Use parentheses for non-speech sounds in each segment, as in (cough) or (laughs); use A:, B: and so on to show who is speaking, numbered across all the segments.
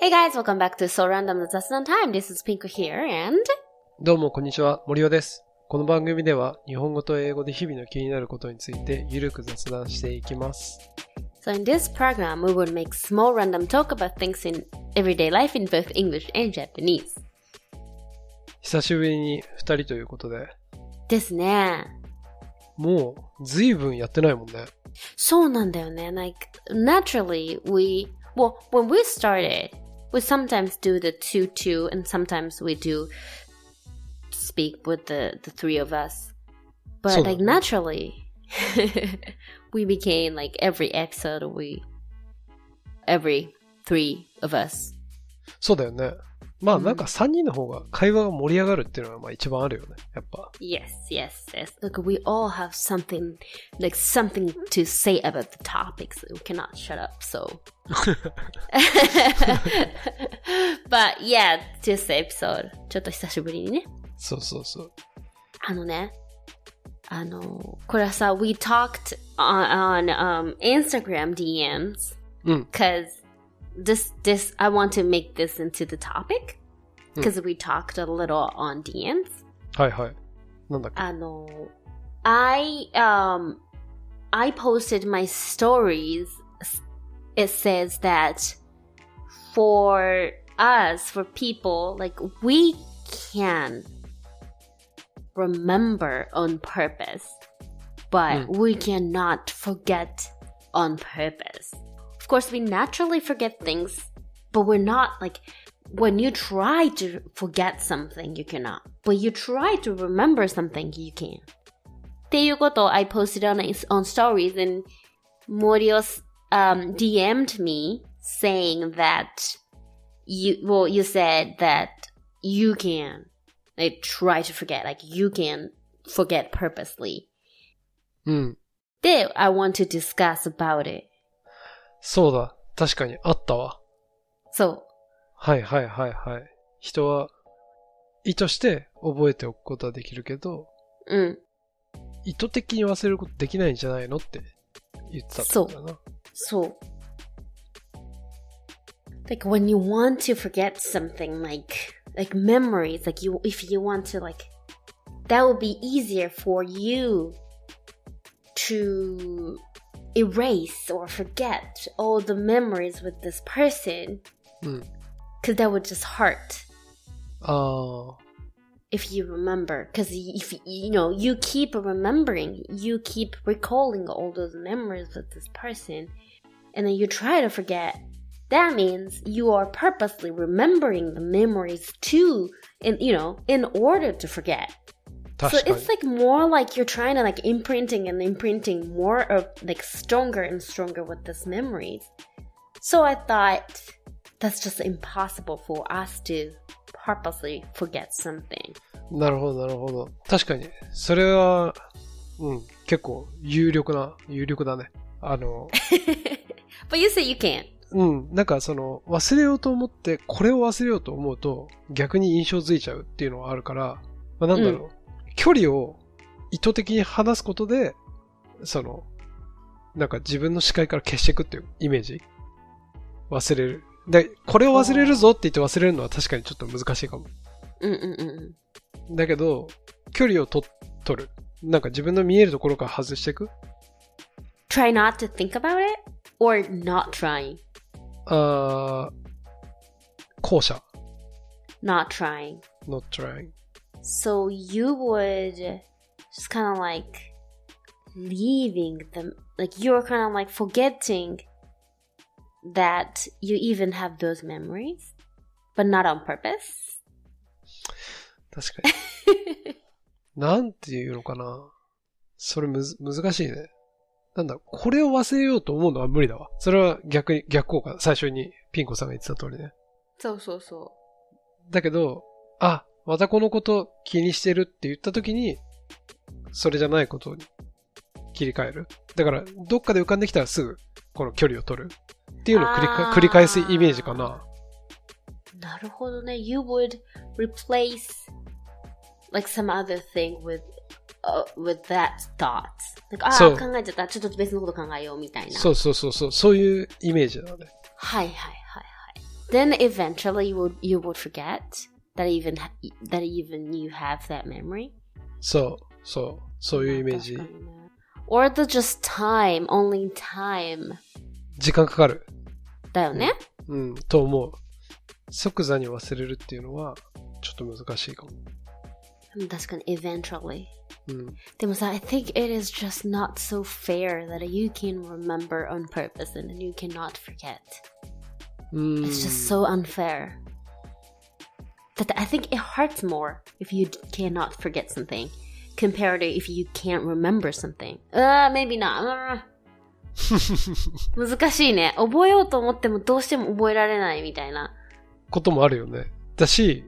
A: Hey guys, welcome back to So Random 雑談 Time. This is Pink here and
B: どうも、こんにちは。森尾です。この番組では、日本語と英語で日々の気になることについて、ゆるく雑談していきます。
A: so in this program we will make small random talk about things in everyday life in both English and Japanese.
B: 久しぶりに二人ということで、
A: ですね。
B: もう、ずいぶんやってないもんね。
A: そうなんだよね。Like, naturally, we, well, when we started, we sometimes do the 2-2 and sometimes we do speak with the, the three of us. But,
B: そうだ
A: like,
B: ね。
A: naturally, (laughs) we became, like, every episode, we, every three of us.
B: そうだよね。まあ、
A: うん
B: なんか三人の方が会話が盛り上がるっていうのは、まあ一番あるよね。やっぱ。
A: Yes, yes, yes. Like, we all have something, like, something to say about the topics. We cannot shut up, so. (laughs) But yeah, this episode. ちょっと久しぶりにね。
B: そうそうそう。
A: あのね。あの、これはさ、we talked on, on um, Instagram DMs
B: うん。
A: because this, this, I want to make this into the topic because we talked a little on DMs.
B: はいはい。なんだっけ。
A: あの、I, um, I posted my stories. It says that for us, for people, like we can remember on purpose, but we cannot forget on purpose. Of course, we naturally forget things, but we're not like when you try to forget something, you cannot. But you try to remember something, you can. っていうことを I posted on, on stories and Morio um, DM'd me saying that you, well, you said that you can like, try to forget, like you can forget purposely.
B: うん。
A: で、I want to discuss about it.
B: そうだ。確かに、あったわ。
A: そう。
B: はいはいはいはい。人は、意図して覚えておくことはできるけど、
A: うん。
B: 意図的に忘れることできないんじゃないのって言ってたってことだな。
A: So, like when you want to forget something, like like memories, like you if you want to like, that would be easier for you to erase or forget all the memories with this person,
B: うん。
A: because that would just hurt
B: あ
A: if you remember because if you know you keep remembering you keep recalling all those memories with this person and then you try to forget that means you are purposely remembering the memories too in you know in order to forget
B: あ、確
A: so
B: かに
A: it's。like more like you're trying to like imprinting and imprinting more of like stronger and stronger with this memories. So I thought that's just impossible for us to purposely forget something.
B: なるほどなるほど。確かに、それは、うん、結構有力な、有力だね。あの、
A: (laughs) but you say you can't.
B: うん、なんかその、忘れようと思って、これを忘れようと思うと、逆に印象づいちゃうっていうのはあるから、まあ、なんだろう、距離を意図的に離すことで、その、なんか自分の視界から消していくっていうイメージ忘れる。で、これを忘れるぞって言って忘れるのは確かにちょっと難しいかも。
A: Mm-mm-mm.
B: だけど、距離をと取る。なんか自分の見えるところから外していく。
A: Try not to think about it or not trying.
B: あー、後者。
A: Not trying.
B: not trying.
A: So you would just kind of like leaving them, like you're kind of like forgetting that you even have those memories, but not on purpose.
B: 確かに。 (laughs) なんていうのかな。それむず、難しいね。なんだ、これを忘れようと思うのは無理だわ。それは逆に、逆効果。最初にピンコさんが言ってた通りね。
A: So, so, so.
B: だけど、あ、またこのこと気にしてるって言った時に、それじゃないことに切り替える。だから、どっかで浮かんできたらすぐ、この距離を取る。っていうのを繰りか
A: あー
B: 繰り返すイメージかな。
A: You would replace like some other thing with uh, with that thought. Like, あ
B: そう
A: あ、考えちゃった。ちょっと別のこと考えようみたいな。
B: そうそうそうそう、そういうイメージだね。
A: はいはいはいはい。 then eventually you would you would forget that even ha- that even you have that memory.
B: そう、そう、そういうイメージ。
A: Or the just time, only time
B: 時間かかる。
A: だよね。
B: うん、と思う。即座に忘れるっていうのは、ちょっと難しいかも。
A: 確かに eventually.
B: うん。
A: でもさ、I think it is just not so fair that you can remember on purpose and you cannot forget.
B: うん。
A: It's just so unfair. That I think it hurts more if you cannot forget something compared to if you can't remember something. Uh, maybe not. 難しいね。覚えようと思ってもどうしても覚えられないみたいな。
B: こともあるよね。だし、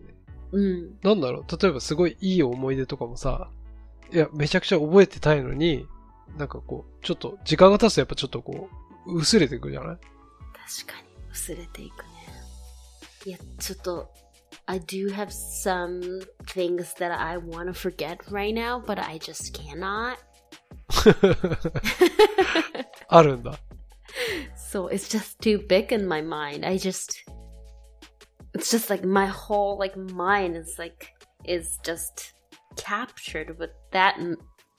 A: うん。
B: なんだろう、例えばすごいいい思い出とかもさ、いや、めちゃくちゃ覚えてたいのに、なんかこう、ちょっと、時間が経つとやっぱちょっとこう、薄れていくじゃない (laughs)
A: 確かに。薄れていくね。いや、ちょっと、I do have some things that I want to forget right now, but I just cannot. (laughs)
B: あるんだ。
A: So it's just too big in my mind. I just it's just like my whole like mind is like is just captured with that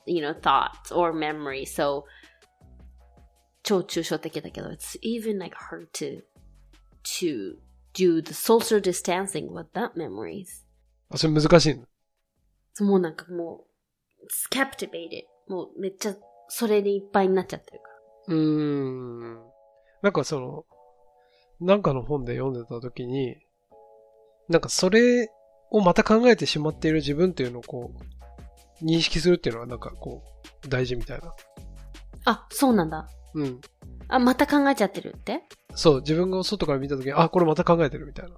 A: you know thoughts or memory. So 超抽象的だけど it's even like hard to to do the social distancing with that memories.
B: あ、それ難しいの。
A: もうなんかもう it's captivated. もうめっちゃそれでいっぱいになっちゃってるから。
B: うーん。なんかその、なんかの本で読んでた時に、なんかそれをまた考えてしまっている自分っていうのをこう、認識するっていうのはなんかこう、大事みたいな。
A: あ、そうなんだ。
B: うん。
A: あ、また考えちゃってるって
B: そう、自分が外から見た時に、あ、これまた考えてるみたいな。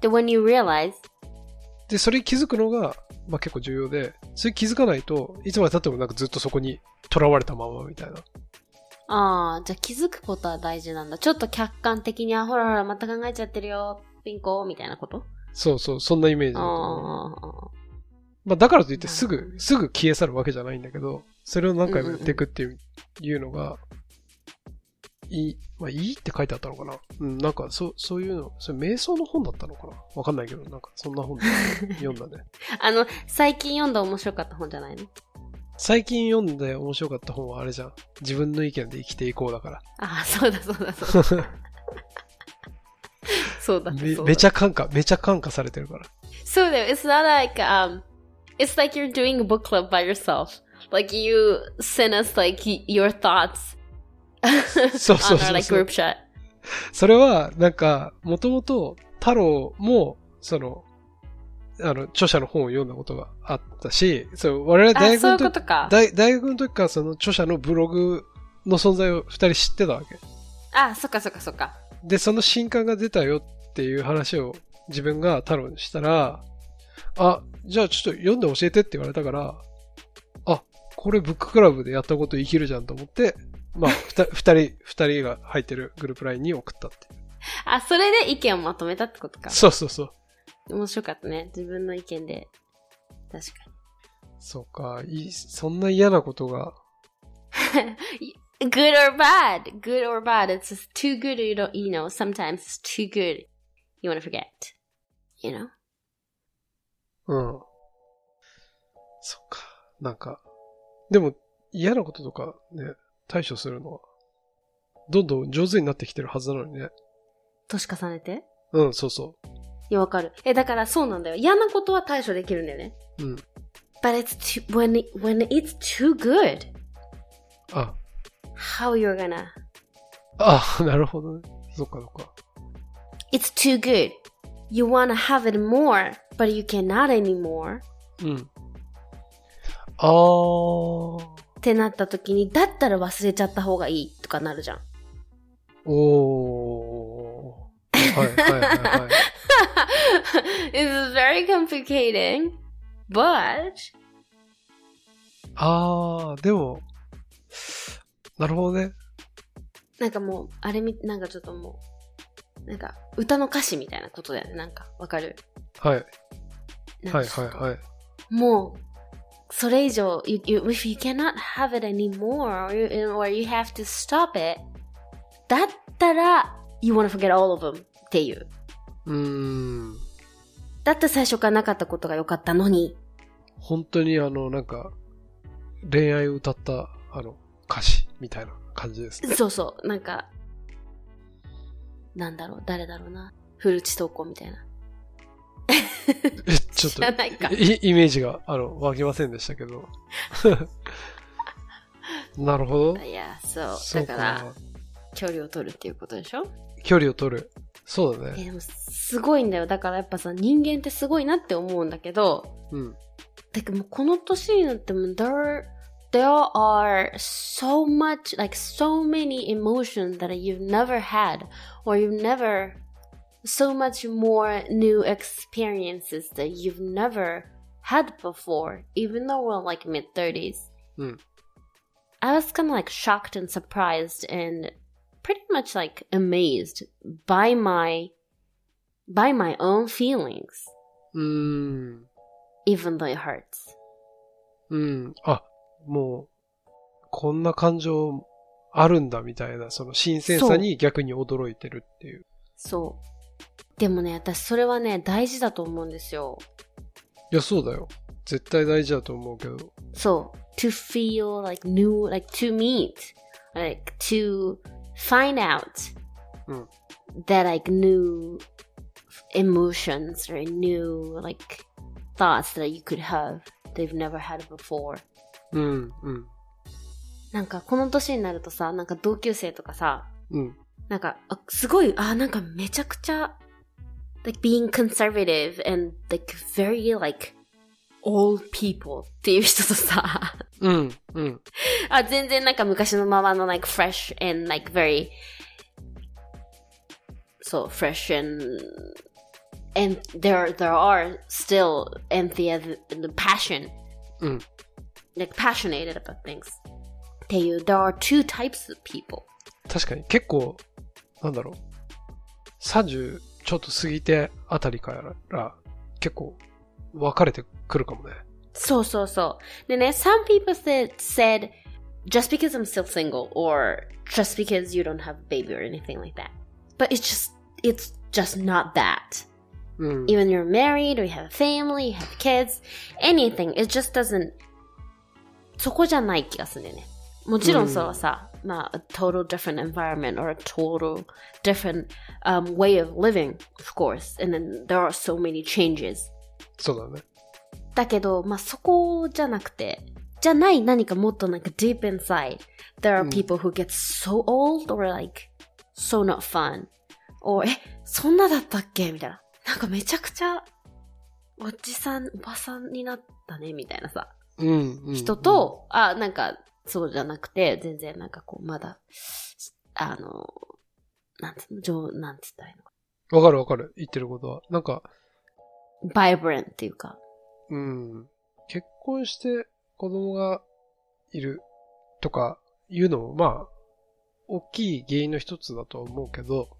A: で、when you realize,
B: で、それに気づくのが、まあ、結構重要で、それ気づかないといつまで経ってもなんかずっとそこに囚われたままみたいな。
A: ああ、じゃあ気づくことは大事なんだ。ちょっと客観的に、あ、ほらほら、また考えちゃってるよ、ピンコ、みたいなこと
B: そうそう、そんなイメージだ
A: あ
B: と思う。
A: あ、
B: まあ、だからといってす
A: なるほ
B: ぐ
A: ど、
B: すぐ消え去るわけじゃないんだけど、それを何回もやっていくっていう,、いうのが、いい、まあ、いいって書いてあったのかな。うん、なんか、そう、そういうの、それ瞑想の本だったのかなわかんないけど、なんか、そん
A: (laughs)
B: な本で読んだね。
A: あの、最近読んだ面白かった本じゃないの
B: 最近読んで面白かった本はあれじゃん。自分の意見で生きていこうだから。
A: ああ、そうだそうだそう (laughs) だ。そうだ
B: め
A: そう
B: め
A: だ。
B: ちゃ感化、めちゃ感化されてるから。
A: (laughs) そうだよ。It's not like, um, it's like you're doing a book club by yourself. Like you send us like your thoughts on
B: そうそうそう
A: our like
B: そう
A: group chat.
B: それは、なんか、もともと太郎も、その、あの、著者の本を読んだことがあったし、そう、我々大
A: あ、
B: 学
A: そうい
B: の
A: うこ
B: 時
A: とか。
B: 大大学の時からその著者のブログの存在を二人知ってたわけ。
A: あ、そっかそっかそっか。
B: で、その新刊が出たよっていう話を自分が太郎にしたら、あ、じゃあちょっと読んで教えてって言われたから、あ、これブッククラブでやったこと生きるじゃんと思って、まあ、ふた二人、二人が入ってるグループラインに送ったっていう。
A: あ、それで意見をまとめたってことか。
B: そうそうそう。
A: 面白かったね。自分の意見で。確か
B: そうか、いいそんな嫌なことが、
A: に。Good (laughs) or bad? Good or bad? It's just too good, you, don't, you know, sometimes it's too good. You want to forget. You know?
B: うん。そっか、なんか、でも嫌なこととかね、対処するのは、どんどん上手になってきてるはずなのにね。
A: 年重ねて
B: うん、そうそ
A: いや、わかる。え、だからそうなんだよ。嫌なことは対処できるんだよね。
B: う。うん。
A: But it's too, when, it- when it's too good,
B: あ、
A: how you're gonna.
B: あ、 (laughs) なるほどね。そっかそっか。
A: It's too good. You wanna have it more, but you cannot anymore.
B: うん。あー。
A: ってなった時に、だったら忘れちゃった方がいいとかなるじゃん。
B: おー。はいはいはいはい。
A: (laughs) It's very complicating, but
B: あー、でも、なるほどね。
A: なんかもう、あれみ、なんかちょっともう、なんか歌の歌詞みたいなことだよね。なんかわかる
B: はい。
A: なんか
B: はいはいはい。
A: もう、それ以上、you, you, if you cannot have it anymore, or you, or you have to stop it, だったら you want to forget all of them っていう。
B: うーん。
A: だって最初からなかったことが良かったのに。
B: 本当にあの、なんか、恋愛を歌った、あの、歌詞みたいな感
A: (laughs)
B: じですね。
A: そうそう、なんか、なんだろう、誰だろうな。古内投稿みたいな。
B: えちょっ
A: じゃないか
B: と、。いイメージが、あの、湧きませんでしたけど。 (laughs) なるほど。
A: いや、そう。
B: そう
A: だ
B: か
A: から、距離を取るっていうことでしょ
B: 距離を取る。そうだ
A: え
B: ね。
A: でも、すごいんだよ。だからやっぱさ、人間ってすごいなって思うんだけど、
B: うん。
A: だけどもうこの年になっても、there, there are so much, like so many emotions that you've never had, or you've never, so much more new experiences that you've never had before, even though we're like mid 30s.
B: うん。
A: I was kind of like shocked and surprised and pretty much like amazed by my by my own feelings,
B: うーん。
A: even though it hurts.
B: うん。あ、もう、こんな感情あるんだみたいな、その新鮮さに逆に驚いてるっていう。
A: そう。でもね、私それはね、大事だと思うんですよ。
B: いや、そうだよ。絶対大事だと思うけど。
A: そう。to feel like new, like to meet, like to find out
B: うん
A: that like new emotions or new like thoughts that you could have they've never had before.
B: うん、うん、
A: なんかこの年になるとさ、なんか同級生とかさ、
B: うん、
A: なんか、あすごい、あ、なんかめちゃくちゃ、like being conservative and like very like old people っていう人とさ、 (laughs)
B: うん、うん、
A: あ、全然なんか昔のままの like fresh and like very そう、fresh and and there, there are still enthusiasm, passion
B: うん、
A: like passionate about things っていう there are two types of people
B: 確かに結構、なんだろう。30ちょっと過ぎてあたりから結構分かれてくるかもね。
A: So so so. Then there's some people that said just because I'm still single or just because you don't have a baby or anything like that. But it's just it's just not that.
B: うん。
A: Even you're married or you have a family, you have kids, anything, it just doesn't そこじゃない気がするんだよね。もちろんそれはさ、まあ、a total different environment or a total different、um, way of living, of course. And then there are so many changes.
B: そうだね。
A: だけど、まあ、そこじゃなくて、じゃない何かもっとなんか deep inside, there are
B: うん
A: people who get so old or like so not fun. Or, え、そんなだったっけみたいな。なんかめちゃくちゃ、おじさん、おばさんになったねみたいなさ。
B: うん、うん。
A: 人、と、あ、なんか、そうじゃなくて、全然なんかこう、まだ、あの、なんつうの、上、なんつったらいいのか。
B: わかるわかる。言ってることは。なんか、
A: バイブレンっていうか。
B: うん。結婚して子供がいるとかいうのも、まあ、大きい原因の一つだとは思うけど、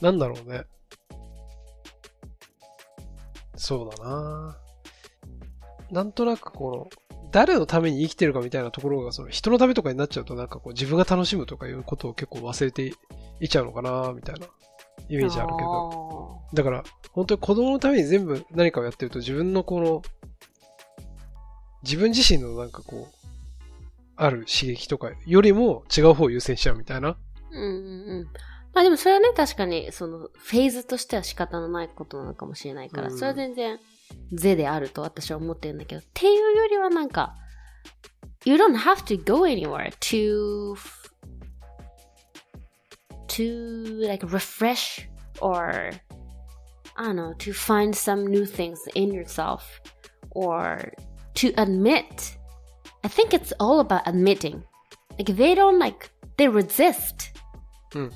B: なんだろうね。そうだななんとなくこの、誰のために生きてるかみたいなところが、その人のためとかになっちゃうと、なんかこう自分が楽しむとかいうことを結構忘れていちゃうのかなみたいなイメージあるけど。
A: ど。
B: だから、本当に子供のために全部何かをやってると自分のこの、自分自身のなんかこう、ある刺激とかよりも違う方を優先しちゃうみたいな。
A: うんうんうん。まあでもそれはね、確かに、その、フェーズとしては仕方のないことなのかもしれないから、
B: うん
A: それは全然、是であると私は思ってるんだけど、っていうよりはなんか、you don't have to go anywhere to, to, like, refresh or, I don't know, to find some new things in yourself or to admit. I think it's all about admitting. Like, they don't like, they resist.
B: Mm.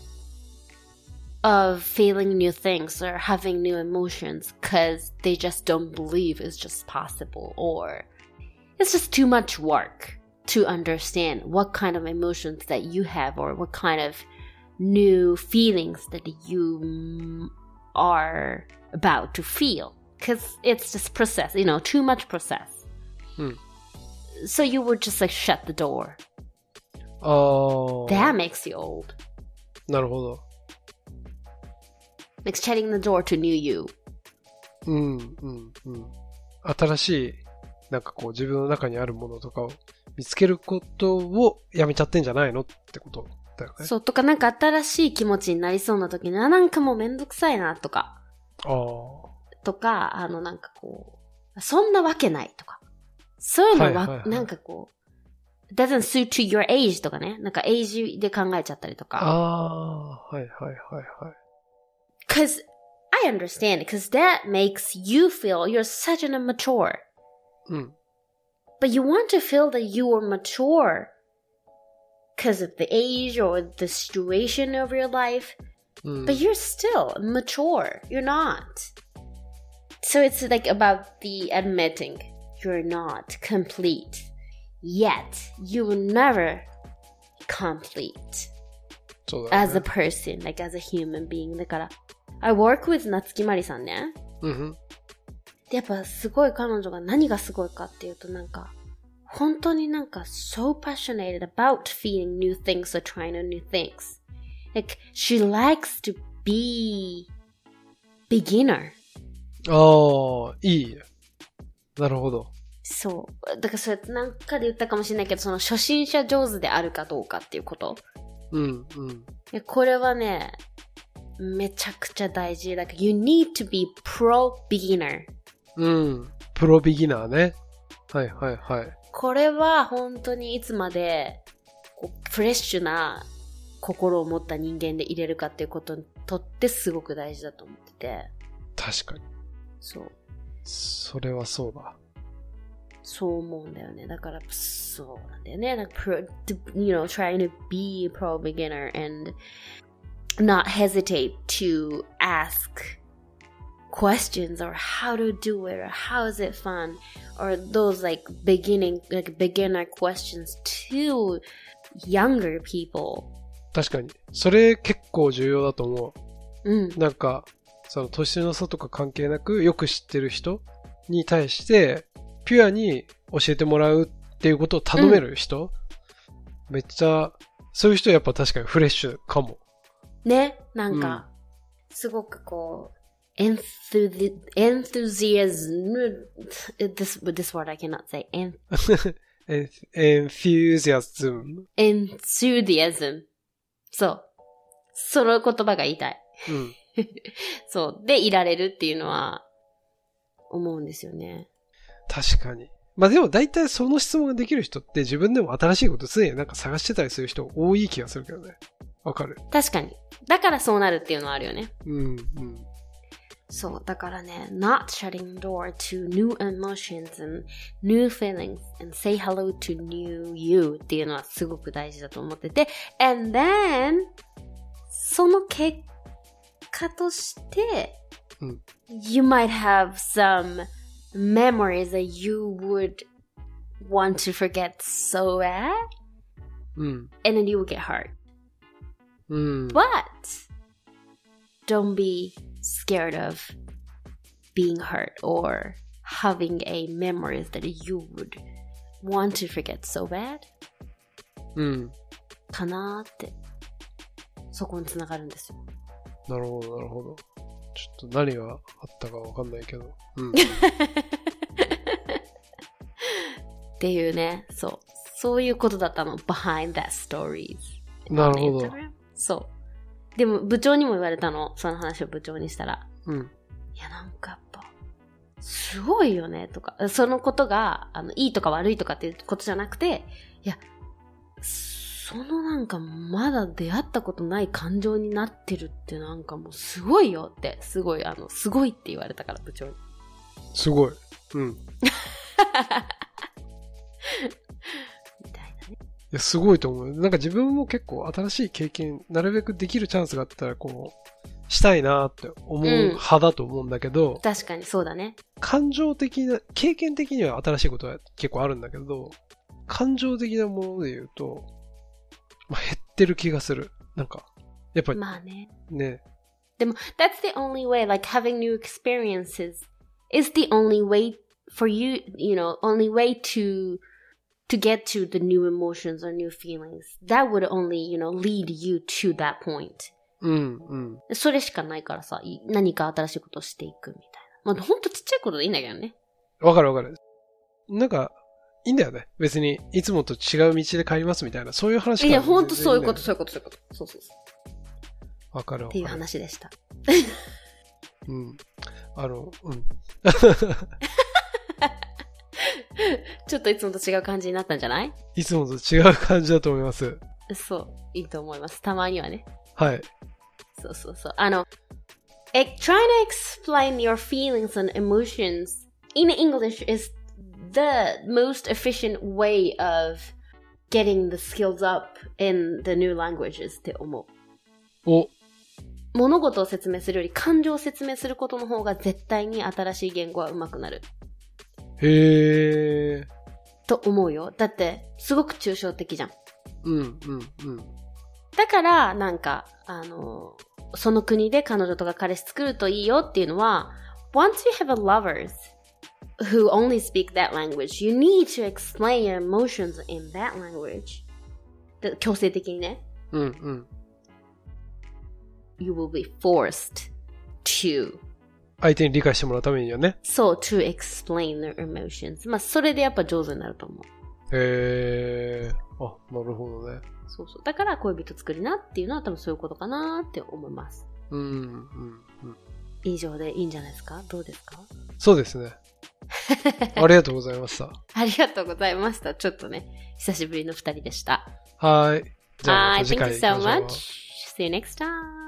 A: Of feeling new things or having new emotions because they just don't believe it's just possible or it's just too much work to understand what kind of emotions that you have or what kind of new feelings that you mm, are about to feel because it's just process, you know, too much process.
B: Mm.
A: So you would just like shut the door.
B: あー。
A: That makes you old.
B: なるほど。
A: like shutting the door to new you.
B: うん、うん、うん。新しい、なんかこう自分の中にあるものとかを見つけることをやめちゃってんじゃないのってことだよね。
A: そう、とかなんか新しい気持ちになりそうな時に、あ、なんかもうめんどくさいなとか、
B: あ
A: とか、あのなんかこう、そんなわけないとか。そういうのは、
B: はいはいはい
A: なんかこう、doesn't suit to your age とかね。なんか age で考えちゃったりと
B: あ。
A: か。
B: ああー、はいはいはいはい。
A: Cause I understand, cause that makes you feel you're such an immature.
B: うん。
A: But you want to feel that you are mature because of the age or the situation of your life,
B: うん、
A: but you're still mature. You're not. So it's like about the admitting you're not complete. Yet you will never complete
B: そうだよ
A: as
B: ね
A: a。person, like as a human being. だから、I work with 夏木マリさんね。
B: うんうん。
A: でやっぱすごい彼女が何がすごいかっていうとなんか本当になんか so passionate about feeling new things or trying on new things like she likes to be beginner
B: ああ、いいね。なるほど。
A: そうだからそれなんかで言ったかもしれないけどその初心者上手であるかどうかっていうこと
B: うんうん。
A: いやこれはねめちゃくちゃ大事だから you need to be pro beginner
B: うん。プロビギナーね。はいはいはい。
A: これは本当にいつまでこうフレッシュな心を持った人間でいれるかっていうことにとってすごく大事だと思ってて。
B: 確かに。
A: そう。
B: それはそうだ。
A: そう思うんだよね。だから、そうなんだよね。なんか、プロ you know, trying to be a pro beginner and not hesitate to ask questions or how to do it or how is it fun or those like beginning, like beginner questions to younger people.
B: 確かに。それ結構重要だと思う。
A: うん。
B: なんか、その年の差とか関係なく、よく知ってる人に対して、ピュアに教えてもらうっていうことを頼める人、めっちゃ、そういう人やっぱ確かにフレッシュかも。 (laughs)
A: ね、なんか、すごくこう、enthusi- enthusiasm, this, this word I cannot say, en
B: エンエンフュージアズム。
A: enthusiasm. そう。その言葉が言いたい。
B: うん。
A: そう。で、いられるっていうのは、思うんですよね。
B: 確かに。まあでも大体その質問ができる人って自分でも新しいこと常になんか探してたりする人多い気がするけどね。わかる。
A: 確かに。だからそうなるっていうのはあるよね。
B: うん、うん。
A: そう。だからね、not shutting door to new emotions and new feelings and say hello to new you っていうのはすごく大事だと思ってて、and then, その結果として、
B: うん
A: you might have some memories that you would want to forget so bad,
B: うん。
A: and then you will get hurt.
B: うん。
A: But don't be scared of being hurt or having a memory that you would want to forget so bad
B: うん。
A: かなーってそこにつながるんですよ。 (laughs)
B: なるほど、なるほど。ちょっと何があったかわかんないけど。うん。
A: っていうね、そう。そういうことだったの。behind that stories.
B: なるほど。
A: そう。でも部長にも言われたの。その話を部長にしたら。
B: うん。
A: いや、なんかやっぱ、すごいよね、とか。そのことが、あの、いいとか悪いとかっていうことじゃなくて、いや、そのなんか、まだ出会ったことない感情になってるってなんかもうすごいよって、すごい、あの、すごいって言われたから、部長に。
B: すごい。うん。い
A: みたいなね。
B: や、すごいと思う。なんか自分も結構新しい経験、なるべくできるチャンスがあったら、こう、したいなって思う派だと思うんだけど、
A: 確かにそうだね。
B: 感情的な、経験的には新しいことは結構あるんだけど、感情的なもので言うと、まあ、減ってる気がする。なんか、やっぱり
A: まあね。
B: ね、
A: でも、that's the only way, like having new experiences is the only way for you, you know, only way to, to get to the new emotions or new feelings. That would only, you know, lead you to that point.
B: うん、うん。
A: それしかないからさ、い何か新しいことをしていくみたいな。まあ、ほんとちっちゃいことでいいんだけどね。
B: わかるわかる。なんか、いいんだよね。別に、いつもと違う道で帰りますみたいな、そういう話から
A: いや、ほんとそういうこと、
B: 全然んだよね
A: そういうこと、そういうこと。そうそうそう。
B: わかる
A: っ
B: わか
A: て
B: る。
A: いう話で
B: (laughs)
A: した。
B: うん。あの、うん。
A: ちょっといつもと違う感じになったんじゃない
B: いつもと違う感じだと思います。
A: そう、いいと思います。たまにはね。
B: はい。
A: そうそうそう。あの、え trying to explain your feelings and emotions in English is the most efficient way of getting the skills up in the new languages って思う。
B: お、
A: 物事を説明するより感情を説明することの方が絶対に新しい言語は上手くなる
B: へえ。
A: と思うよ。だって、すごく抽象的じゃん。
B: うん、うん、うん。
A: だから、なんか、あの、その国で彼女とか彼氏作るといいよっていうのは、once you have a lovers who only speak that language, you need to explain your emotions in that language. で強制的にね、
B: うん、うん。
A: you will be forced to,
B: 相手に理解してもらうためにはね。
A: so to explain their emotions. まあ、それでやっぱ上手になると思う。
B: へえ。あ、なるほどね。
A: そうそう。だから恋人作りなっていうのは多分そういうことかなって思います。
B: うん、うん、うん。
A: 以上でいいんじゃないですかどうですか
B: そうです
A: (laughs)
B: ね。ありがとうございました。
A: ありがとうございました。ちょっとね、久しぶりの二人でした。
B: はーい。じゃ
A: は
B: あ、ま
A: い、
B: た次
A: thank
B: 回
A: you
B: 行きま
A: so
B: しょう
A: much. See you next time.